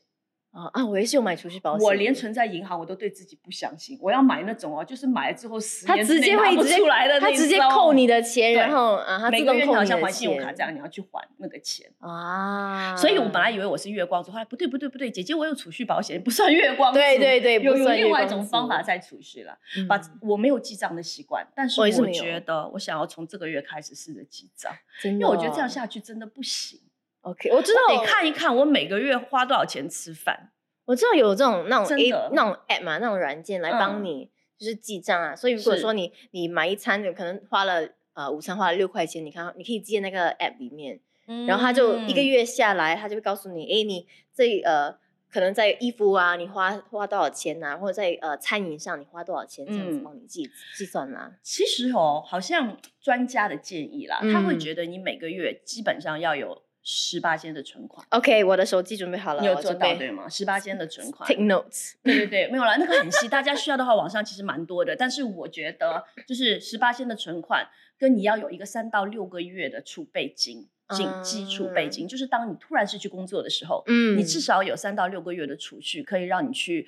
Speaker 1: 啊啊，我也是有买储蓄保险，
Speaker 2: 我连存在银行我都对自己不相信，我要买那种哦，就是买了之后十
Speaker 1: 他
Speaker 2: 年
Speaker 1: 直
Speaker 2: 之内
Speaker 1: 接
Speaker 2: 拿
Speaker 1: 会
Speaker 2: 不
Speaker 1: 直接
Speaker 2: 出来的那
Speaker 1: 他
Speaker 2: 种，
Speaker 1: 直接扣你的钱，
Speaker 2: 对
Speaker 1: 然后啊，他
Speaker 2: 每
Speaker 1: 自
Speaker 2: 个
Speaker 1: 动
Speaker 2: 月
Speaker 1: 扣
Speaker 2: 好
Speaker 1: 你
Speaker 2: 像
Speaker 1: 的
Speaker 2: 还信用卡
Speaker 1: 钱
Speaker 2: 这样，你要去还那个钱。
Speaker 1: 啊，
Speaker 2: 所以我本来以为我是月光族，后来不对不对不对，姐姐我有储蓄保险，不算月光族。
Speaker 1: 对对对
Speaker 2: 有
Speaker 1: 不
Speaker 2: 有
Speaker 1: 算
Speaker 2: 另外
Speaker 1: 月
Speaker 2: 一
Speaker 1: 光
Speaker 2: 种
Speaker 1: 族
Speaker 2: 方法在储蓄了。
Speaker 1: 嗯
Speaker 2: 把我没有记账的习惯，但是
Speaker 1: 我也是没有
Speaker 2: 觉得我想要从这个月开始试着记账，
Speaker 1: 真
Speaker 2: 因
Speaker 1: 的
Speaker 2: 为我觉得这样
Speaker 1: 哦
Speaker 2: 下去真的不行。
Speaker 1: OK，我知哦
Speaker 2: 我
Speaker 1: 道
Speaker 2: 得看一看我每个月花多少钱吃饭。
Speaker 1: 我知道有这种那种
Speaker 2: 真
Speaker 1: A
Speaker 2: 的嗯
Speaker 1: 那种 app 嘛，那种软件来帮你就是记账啊。所以如果说你你买一餐，有可能花了呃午餐花了六块钱，你看你可以记在那个 app 里面，嗯然后他就一
Speaker 2: 嗯
Speaker 1: 个月下来，他就会告诉你，诶，你这呃可能在衣服啊，你花花多少钱呐、或者在呃餐饮上你花多少钱，这样子
Speaker 2: 嗯
Speaker 1: 帮你计、计算啦、
Speaker 2: 其实哦，好像专家的建议啦，
Speaker 1: 嗯
Speaker 2: 他会觉得你每个月基本上要有十八千的存款，
Speaker 1: OK，我的手机准备好了，
Speaker 2: 你有
Speaker 1: 我
Speaker 2: 做
Speaker 1: 准
Speaker 2: 到
Speaker 1: 备
Speaker 2: 对吗？十八千的存款
Speaker 1: Take notes，
Speaker 2: 对对对，没有啦，那个很细，大家需要的话，网上其实蛮多的。但是我觉得，就是十八千的存款，跟你要有一个三到六个月的储备金，紧急储备金，就是当你突然失去工作的时候，
Speaker 1: 嗯，
Speaker 2: 你至少有三到六个月的储蓄，可以让你去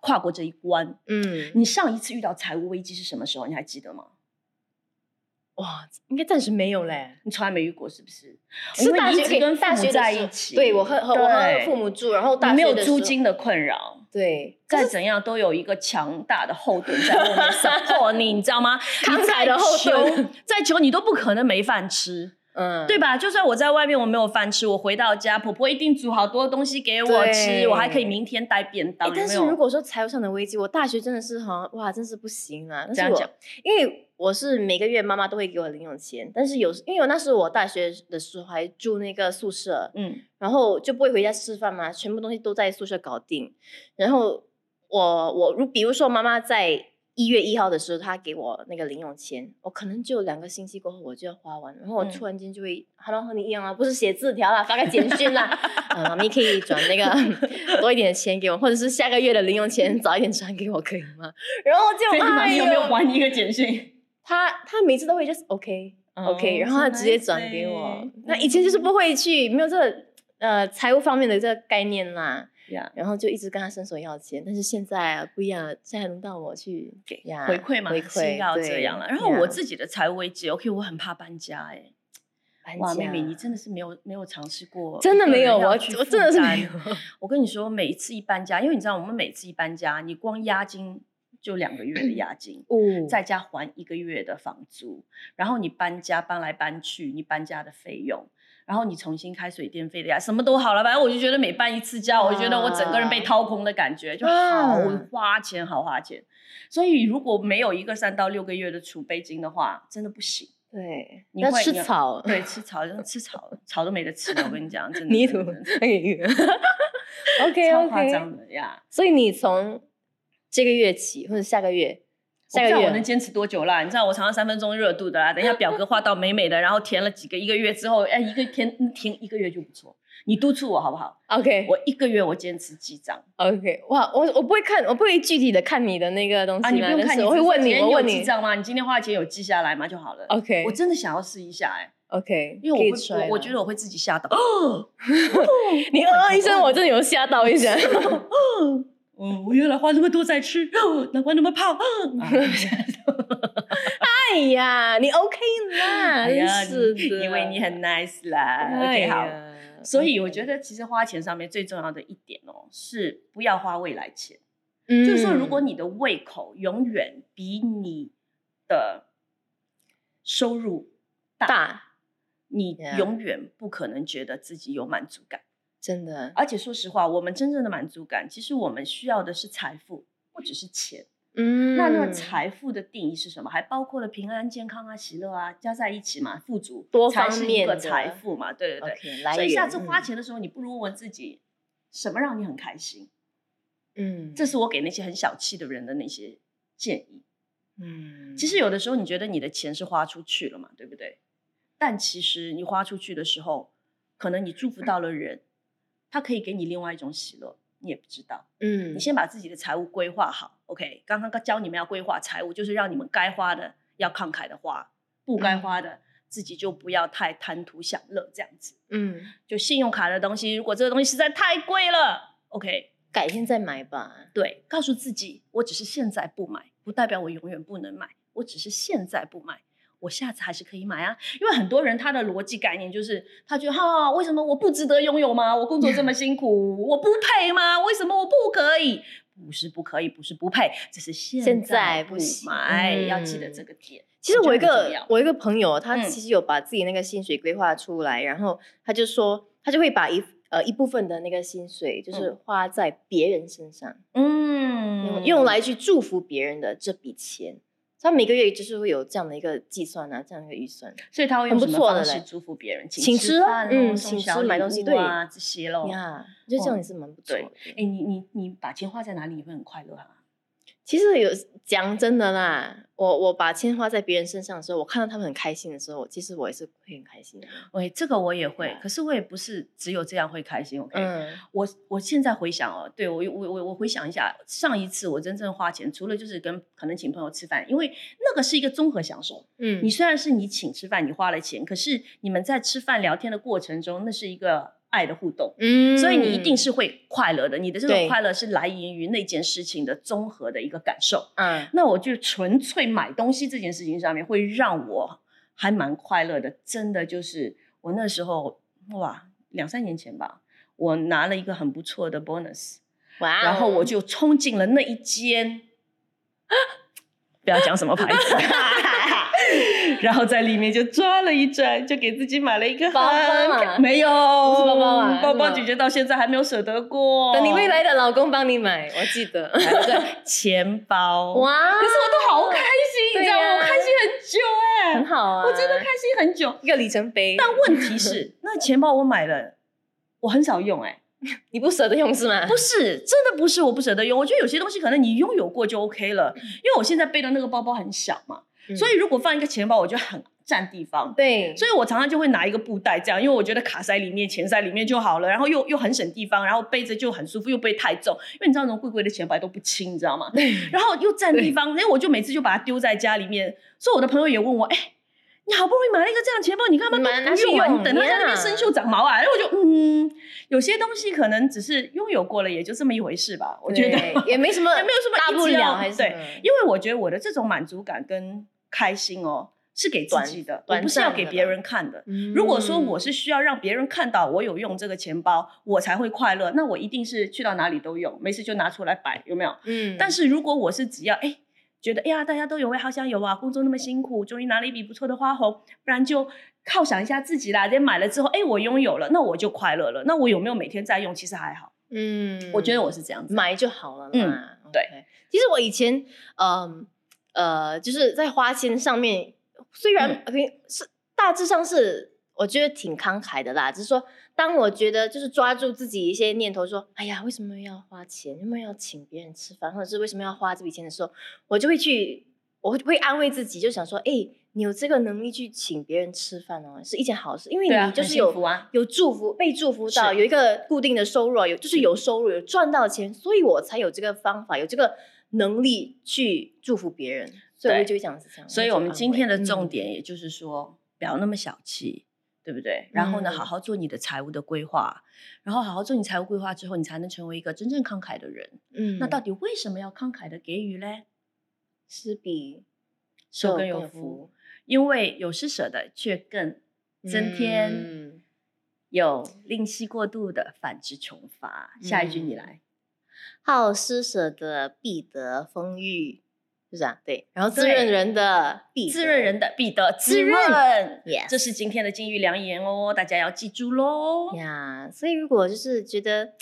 Speaker 2: 跨过这一关。
Speaker 1: 嗯，
Speaker 2: 你上一次遇到财务危机是什么时候？你还记得吗？
Speaker 1: 哇，应该暂时没有嘞。
Speaker 2: 你从来没遇过，是不是？
Speaker 1: 是
Speaker 2: 因为
Speaker 1: 大
Speaker 2: 你
Speaker 1: 学
Speaker 2: 一直
Speaker 1: 可以
Speaker 2: 跟父
Speaker 1: 大
Speaker 2: 母
Speaker 1: 学的
Speaker 2: 在
Speaker 1: 时候
Speaker 2: 一起
Speaker 1: 对我和和我和
Speaker 2: 对
Speaker 1: 父母住，然后大
Speaker 2: 你没
Speaker 1: 学
Speaker 2: 有
Speaker 1: 的时
Speaker 2: 租
Speaker 1: 候
Speaker 2: 金，的困扰，
Speaker 1: 对，
Speaker 2: 再怎样都有一个强大的后盾在后面 support 你，你知道
Speaker 1: [LAUGHS]
Speaker 2: 吗？
Speaker 1: 慷慨的后
Speaker 2: 你再
Speaker 1: 盾
Speaker 2: 穷， [LAUGHS] 再穷你都不可能没饭吃，
Speaker 1: 嗯，
Speaker 2: 对吧？就算我在外面我没有饭吃，我回到家，婆婆一定煮好多东西给我吃，
Speaker 1: 对
Speaker 2: 我还可以明天带便当
Speaker 1: 诶。但是
Speaker 2: 有没有
Speaker 1: 如果说财务上的危机，我大学真的是好像哇，真是不行啊！
Speaker 2: 这
Speaker 1: 但
Speaker 2: 样
Speaker 1: 是我
Speaker 2: 讲
Speaker 1: 因为我是每个月妈妈都会给我零用钱，但是有时因为我那时候我大学的时候还住那个宿舍，
Speaker 2: 嗯，
Speaker 1: 然后就不会回家吃饭嘛，全部东西都在宿舍搞定。然后我我如比如说妈妈在一月一号的时候，她给我那个零用钱，我可能就两个星期过后我就要花完，然后我
Speaker 2: 嗯
Speaker 1: 突然间就会，好像和你一样啊，不是写字条啦，发个简
Speaker 2: [LAUGHS]
Speaker 1: 讯啦，呃妈咪可以转那个多一点钱给我，或者是下个月的零用钱早一点转给我，可以吗？然后
Speaker 2: 所以
Speaker 1: 就
Speaker 2: 你妈
Speaker 1: 哎
Speaker 2: 咪有没有
Speaker 1: 呦，
Speaker 2: 还你一个简
Speaker 1: [LAUGHS]
Speaker 2: 讯
Speaker 1: 她她每次都会 just OK。OK，然后
Speaker 2: 哦
Speaker 1: 他直接转给
Speaker 2: 欸
Speaker 1: 我。那以前就是不会去，没有这个呃财务方面的这个概念啦，
Speaker 2: 呀
Speaker 1: 然后就一直跟他伸手要钱。但是现在啊不一样了，现在轮到我去
Speaker 2: 给 [LAUGHS]
Speaker 1: 呀
Speaker 2: 回馈嘛，
Speaker 1: 回
Speaker 2: 是
Speaker 1: 馈
Speaker 2: 要这
Speaker 1: 对
Speaker 2: 样了。然后我
Speaker 1: 呀
Speaker 2: 自己的财务危机，OK，我很怕搬家哎。
Speaker 1: 搬
Speaker 2: 哇，妹
Speaker 1: 家
Speaker 2: 妹，你真的是没有没有尝试过，
Speaker 1: 真的没有，我
Speaker 2: 我
Speaker 1: 我真的是没
Speaker 2: 哦
Speaker 1: 有。，
Speaker 2: 我跟你说，每一次一搬家，因为你知道，我们每次一搬家，你光押金就两个月的押金 [CLEARS THROAT]
Speaker 1: 哦
Speaker 2: [LAUGHS] 在家还一个月的房租，然后你搬家搬来搬去，你搬家的费用，然后你重新开水电费的呀，什么都好了，反正我就觉得每办一次家，我就觉得我整个人被掏空的感觉，就好
Speaker 1: 嗯
Speaker 2: 花钱，好花钱。所以如果没有一个三到六个月的储备金的话，真的不行。
Speaker 1: 对，
Speaker 2: 你
Speaker 1: 要
Speaker 2: 会
Speaker 1: 吃
Speaker 2: 你要
Speaker 1: 草，
Speaker 2: [LAUGHS] 对，吃草，真的吃草，草都没得吃了。我跟你讲，真的
Speaker 1: 泥
Speaker 2: 真 [LAUGHS]
Speaker 1: 土
Speaker 2: 的真的
Speaker 1: [LAUGHS] ，OK
Speaker 2: 超夸
Speaker 1: OK，
Speaker 2: 张的呀！
Speaker 1: 所以你从这个月起或者下个月，
Speaker 2: 我
Speaker 1: 下
Speaker 2: 不知
Speaker 1: 个
Speaker 2: 道我能
Speaker 1: 月
Speaker 2: 坚持多久啦？你知道我常常三分钟热度的啦，等一下表格画到美美的，然后填了几个，一个月之后，哎，一个填嗯停一个月就不错。你督促我好不好？
Speaker 1: ，OK
Speaker 2: 我一个月我坚持记账
Speaker 1: OK，哇，我我不会看，我不会具体的看你的那个东西
Speaker 2: 啊，
Speaker 1: 嘛，
Speaker 2: 你不用
Speaker 1: 但
Speaker 2: 看，
Speaker 1: 是我会
Speaker 2: 只是说
Speaker 1: 问你，
Speaker 2: 今天
Speaker 1: 我
Speaker 2: 有
Speaker 1: 问
Speaker 2: 记
Speaker 1: 你
Speaker 2: 账吗？你今天花钱有记下来吗？就好了。
Speaker 1: ，OK
Speaker 2: 我真的想要试一下哎，
Speaker 1: OK，
Speaker 2: 因为
Speaker 1: 可以
Speaker 2: 我会，
Speaker 1: try
Speaker 2: 我我
Speaker 1: 啦
Speaker 2: 觉得我会自己吓到。哦，
Speaker 1: 你呃呃一声，我真的有吓到一
Speaker 2: [LAUGHS]
Speaker 1: 下。
Speaker 2: 嗯，我原来花那么多在吃，哦难怪那么胖。啊
Speaker 1: 哎呀，你 OK 啦，
Speaker 2: 哎
Speaker 1: 真
Speaker 2: 呀，
Speaker 1: 是
Speaker 2: 你
Speaker 1: 的，
Speaker 2: 因为你很 nice 啦。
Speaker 1: 哎
Speaker 2: OK，
Speaker 1: 呀嗯
Speaker 2: 好。所以我觉
Speaker 1: 得，
Speaker 2: 得，其实花钱上面最重要的一点哦，是不要花未来钱。
Speaker 1: 嗯
Speaker 2: 就是说，如果你的胃口永远比你的收入大，
Speaker 1: 大，
Speaker 2: 你
Speaker 1: Yeah
Speaker 2: 永远不可能觉得自己有满足感。
Speaker 1: 真的，
Speaker 2: 而且说实话，我们真正的满足感，其实我们需要的是财富，不只是钱。
Speaker 1: 嗯
Speaker 2: 那那财富的定义是什么？还包括了平安、健康啊、喜乐啊，加在一起嘛，富足
Speaker 1: 多
Speaker 2: 才
Speaker 1: 方
Speaker 2: 是一
Speaker 1: 面
Speaker 2: 个
Speaker 1: 的
Speaker 2: 财富嘛。对对对。
Speaker 1: OK，来嗯
Speaker 2: 所以下
Speaker 1: 源
Speaker 2: 次花，钱的时候，你不如问问自己，什么让你很开心？
Speaker 1: 嗯，嗯
Speaker 2: 这是我给那些很小气的人的那些建议。
Speaker 1: 嗯，
Speaker 2: 其实有的时候你觉得你的钱是花出去了嘛，对不对？但其实你花出去的时候，可能你祝福到了人，他可以给你另外一种喜乐，你也不知道。
Speaker 1: 嗯，
Speaker 2: 你先把自己的财务规划好，OK？刚刚教你们要规划财务，就是让你们该花的要慷慨的花，不该花的自己就不要太贪图享乐，这样子。
Speaker 1: 嗯，
Speaker 2: 就信用卡的东西，如果这个东西实在太贵了，OK，
Speaker 1: 改天再买吧。
Speaker 2: 对，告诉自己，我只是现在不买，不代表我永远不能买，我只是现在不买。我下次还是可以买啊，因为很多人他的逻辑概念就是，他觉得哈、为什么我不值得拥有吗？我工作这么辛苦，我不配吗？为什么我不可以？不是不可以，不是不配，只是现
Speaker 1: 现
Speaker 2: 在
Speaker 1: 在
Speaker 2: 不
Speaker 1: 不行
Speaker 2: 买，
Speaker 1: 嗯
Speaker 2: 要记得这个点。
Speaker 1: 其实我一
Speaker 2: 觉得很
Speaker 1: 个
Speaker 2: 重要
Speaker 1: 我一个朋友，他
Speaker 2: 嗯
Speaker 1: 其实有把自己那个薪水规划出来，然后他就说，他就会把一呃一部分的那个薪水，就是
Speaker 2: 嗯
Speaker 1: 花在别人身上，用
Speaker 2: 嗯
Speaker 1: 用来去祝福别人的这笔钱。他每个月就是会有这样的一个计算啊，这样一个预算。
Speaker 2: 所以他会用什
Speaker 1: 很不
Speaker 2: 么
Speaker 1: 错
Speaker 2: 方
Speaker 1: 的
Speaker 2: 式
Speaker 1: 嘞
Speaker 2: 祝福别人，
Speaker 1: 请
Speaker 2: 吃
Speaker 1: 吃啊
Speaker 2: 饭
Speaker 1: 嗯
Speaker 2: 哦送
Speaker 1: 请
Speaker 2: 小
Speaker 1: 吃
Speaker 2: 礼
Speaker 1: 买东西
Speaker 2: 物啊这些咯。
Speaker 1: 呀，我觉得这样也是蛮不错
Speaker 2: 对
Speaker 1: 的。
Speaker 2: 哎、你你你把钱花在哪里，你会很快乐啊？
Speaker 1: 其实有讲真的啦，我我把钱花在别人身上的时候，我看到他们很开心的时候，其实我也是会很开心的。
Speaker 2: 喂，这个我也会
Speaker 1: 啊，
Speaker 2: 可是我也不是只有这样会开心。OK，、
Speaker 1: 嗯
Speaker 2: 我我现在回想哦，对我我我我回想一下，上一次我真正花钱，除了就是跟可能请朋友吃饭，因为那个是一个综合享受。
Speaker 1: 嗯，
Speaker 2: 你虽然是你请吃饭，你花了钱，可是你们在吃饭聊天的过程中，那是一个爱的互动。
Speaker 1: 嗯，
Speaker 2: 所以你一定是会快乐的，你的这种
Speaker 1: 对
Speaker 2: 快乐是来源于那件事情的综合的一个感受。
Speaker 1: 嗯
Speaker 2: 那我就纯粹买东西这件事情上面，会让我还蛮快乐的。真的就是我那时候哇，两三年前吧，我拿了一个很不错的 bonus，
Speaker 1: [LAUGHS] 哇哦，
Speaker 2: 然后我就冲进了那一间，不要讲什么牌子，
Speaker 1: [LAUGHS]
Speaker 2: 哦然后在里面就抓了一转，就给自己买了一个
Speaker 1: 包包
Speaker 2: 很
Speaker 1: 啊
Speaker 2: 没有
Speaker 1: 不是包包啊
Speaker 2: 包包
Speaker 1: 是吗
Speaker 2: 姐姐到现在还没有舍得过，
Speaker 1: 等你未来的老公帮你买，我记得。
Speaker 2: 买了个钱包，
Speaker 1: [LAUGHS] 哇，
Speaker 2: 可是我都好开心，你知道
Speaker 1: 对
Speaker 2: 吗？
Speaker 1: 呀
Speaker 2: 我开心很久哎、
Speaker 1: 很好啊，
Speaker 2: 我真的开心很久。
Speaker 1: 一个里程碑。
Speaker 2: 但问题
Speaker 1: [LAUGHS]
Speaker 2: 是，那钱包我买了，我很少用哎、
Speaker 1: 你不舍得用是吗？
Speaker 2: 不是，真的不是我不舍得用。我觉得有些东西可能你拥有过就 OK 了，因为我现在背的那个包包很小嘛，
Speaker 1: 嗯
Speaker 2: 所以如果放一个钱包，我就很占地方。
Speaker 1: 对，
Speaker 2: 所以我常常就会拿一个布袋这样，因为我觉得卡塞里面、钱塞里面就好了，然后又又很省地方，然后背着就很舒服，又不会太重，因为你知道那种贵贵的钱包都不轻，你知道吗？然后又占地方，因为我就每次就把它丢在家里面，所以我的朋友也问我，哎、你好不容易买了一个这样的钱包，你干嘛
Speaker 1: 你
Speaker 2: 都
Speaker 1: 买拿
Speaker 2: 不
Speaker 1: 去
Speaker 2: 用啊？
Speaker 1: 用
Speaker 2: 你等它在那边
Speaker 1: 呀
Speaker 2: 生锈长毛啊？然后我就嗯，有些东西可能只是拥有过了，也就这么一回事吧。我觉得
Speaker 1: 对也没什么，
Speaker 2: 也没有什么
Speaker 1: 大
Speaker 2: 一
Speaker 1: 不
Speaker 2: 直要
Speaker 1: 了，还是
Speaker 2: 对
Speaker 1: 什么
Speaker 2: [LAUGHS] 因为我觉得我的这种满足感跟开心哦，是给自己的，我
Speaker 1: 短
Speaker 2: 不是要
Speaker 1: 短暂
Speaker 2: 给
Speaker 1: 的
Speaker 2: 别
Speaker 1: 吧嗯
Speaker 2: 人看的。如果说我是需要让别人看到我有用这个钱包，我才会快乐，那我一定是去到哪里都用，没事就拿出来摆，有没有？
Speaker 1: 嗯，
Speaker 2: 但是如果我是只要哎觉得哎呀，大家都有位好想有啊，工作那么辛苦，终于拿了一笔不错的花红，不然就犒赏一下自己啦。这买了之后，哎，我拥有了，那我就快乐了。那我有没有每天在用？其实还好，
Speaker 1: 嗯，
Speaker 2: 我觉得我是这样子。
Speaker 1: 买就好了嘛。
Speaker 2: 嗯对
Speaker 1: OK，其实我以前，嗯呃就是在花钱上面，虽然
Speaker 2: 嗯
Speaker 1: 平、是大致上是我觉得挺慷慨的啦，只是说当我觉得就是抓住自己一些念头说，哎呀，为什么要花钱？为什么要请别人吃饭，或者是为什么要花这笔钱的时候，我就会去，我会会安慰自己，就想说，哎、你有这个能力去请别人吃饭哦，是一件好事，因为
Speaker 2: 对啊
Speaker 1: 你就
Speaker 2: 很
Speaker 1: 是
Speaker 2: 幸
Speaker 1: 有、
Speaker 2: 福啊
Speaker 1: 有祝福，被祝福到，
Speaker 2: 是
Speaker 1: 有一个固定的收入啊，有就是
Speaker 2: 是
Speaker 1: 有收入，有赚到钱，所以我才有这个方法，有这个能力去祝福别人，所以我
Speaker 2: 对
Speaker 1: 就会这样子想。
Speaker 2: 所以我们今天的重
Speaker 1: 嗯
Speaker 2: 点，也就是说，不要那么小气，对不对？然后呢，
Speaker 1: 嗯
Speaker 2: 好好做你的财务的规划，然后好好做你财务规划之后，你才能成为一个真正慷慨的人。
Speaker 1: 嗯，
Speaker 2: 那到底为什么要慷慨的给予嘞？
Speaker 1: 施比
Speaker 2: 受
Speaker 1: 受
Speaker 2: 嗯更
Speaker 1: 更
Speaker 2: 有
Speaker 1: 有
Speaker 2: 福
Speaker 1: 福，
Speaker 2: 因为有施舍的却更增添。
Speaker 1: 嗯
Speaker 2: 有吝惜过度的，反之穷乏。下一句你来，
Speaker 1: 好施舍的必得丰裕，是不是啊？对，然后滋
Speaker 2: 对
Speaker 1: 润人的必
Speaker 2: 滋润人
Speaker 1: 的
Speaker 2: 的必得滋
Speaker 1: 滋润
Speaker 2: 润。
Speaker 1: ，yes，
Speaker 2: 这是今天的金玉良言哦，大家要记住喽。
Speaker 1: 呀所以如果就是觉得，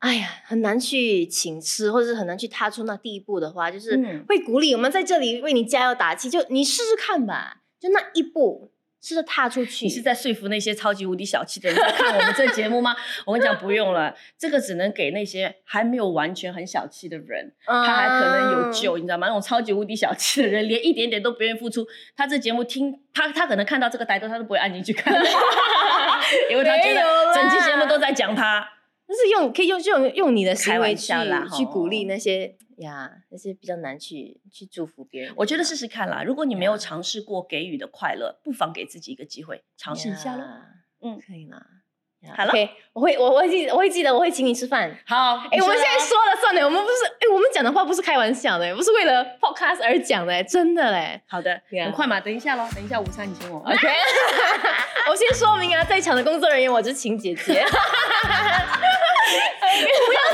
Speaker 1: 哎呀，很难去请吃，或者是很难去踏出那第一步的话，就是
Speaker 2: 嗯
Speaker 1: 会鼓励我们在这里为你加油打气，就你试试看吧，就那一步试着踏出去。
Speaker 2: 你是在说服那些超级无敌小气的人在看我们这节目吗？ [LAUGHS] 我跟你讲，不用了，这个只能给那些还没有完全很小气的人，
Speaker 1: 嗯，
Speaker 2: 他还可能有救，你知道吗？那种超级无敌小气的人，连一点点都不愿意付出，他这节目听他他可能看到这个台灯，他都不会按进去看，
Speaker 1: [LAUGHS]
Speaker 2: 因为他觉
Speaker 1: 没有
Speaker 2: 得
Speaker 1: 啦
Speaker 2: 整期节目都在讲他。
Speaker 1: 但是用可以用用用你的
Speaker 2: 开
Speaker 1: 行
Speaker 2: 玩
Speaker 1: 为去
Speaker 2: 笑啦
Speaker 1: 去鼓励
Speaker 2: 吼
Speaker 1: 那些呀那些比较难去去祝福别人的人啊。
Speaker 2: 我觉得试试看啦，如果你没有
Speaker 1: 对啊
Speaker 2: 尝试过给予的快乐，不妨给自己一个机会尝试一下喽。
Speaker 1: 呀
Speaker 2: 嗯
Speaker 1: 可以啦。呀
Speaker 2: 好了
Speaker 1: ，OK，我会我我会记我会记得我会请你吃饭。
Speaker 2: 好，
Speaker 1: 哎、
Speaker 2: 你哦
Speaker 1: 我们
Speaker 2: 啦
Speaker 1: 现在说了算了，我们不是哎、我们讲的话不是开玩笑的，不是为了 podcast 而讲的，真的嘞。
Speaker 2: 好的，
Speaker 1: 对啊
Speaker 2: 很快嘛，等一下喽，等一下午餐你请我。
Speaker 1: OK，我啊
Speaker 2: [LAUGHS] 啊
Speaker 1: 先说明啊，在场的工作人员我就是晴姐姐。
Speaker 2: 不要 [LAUGHS]
Speaker 1: [LAUGHS]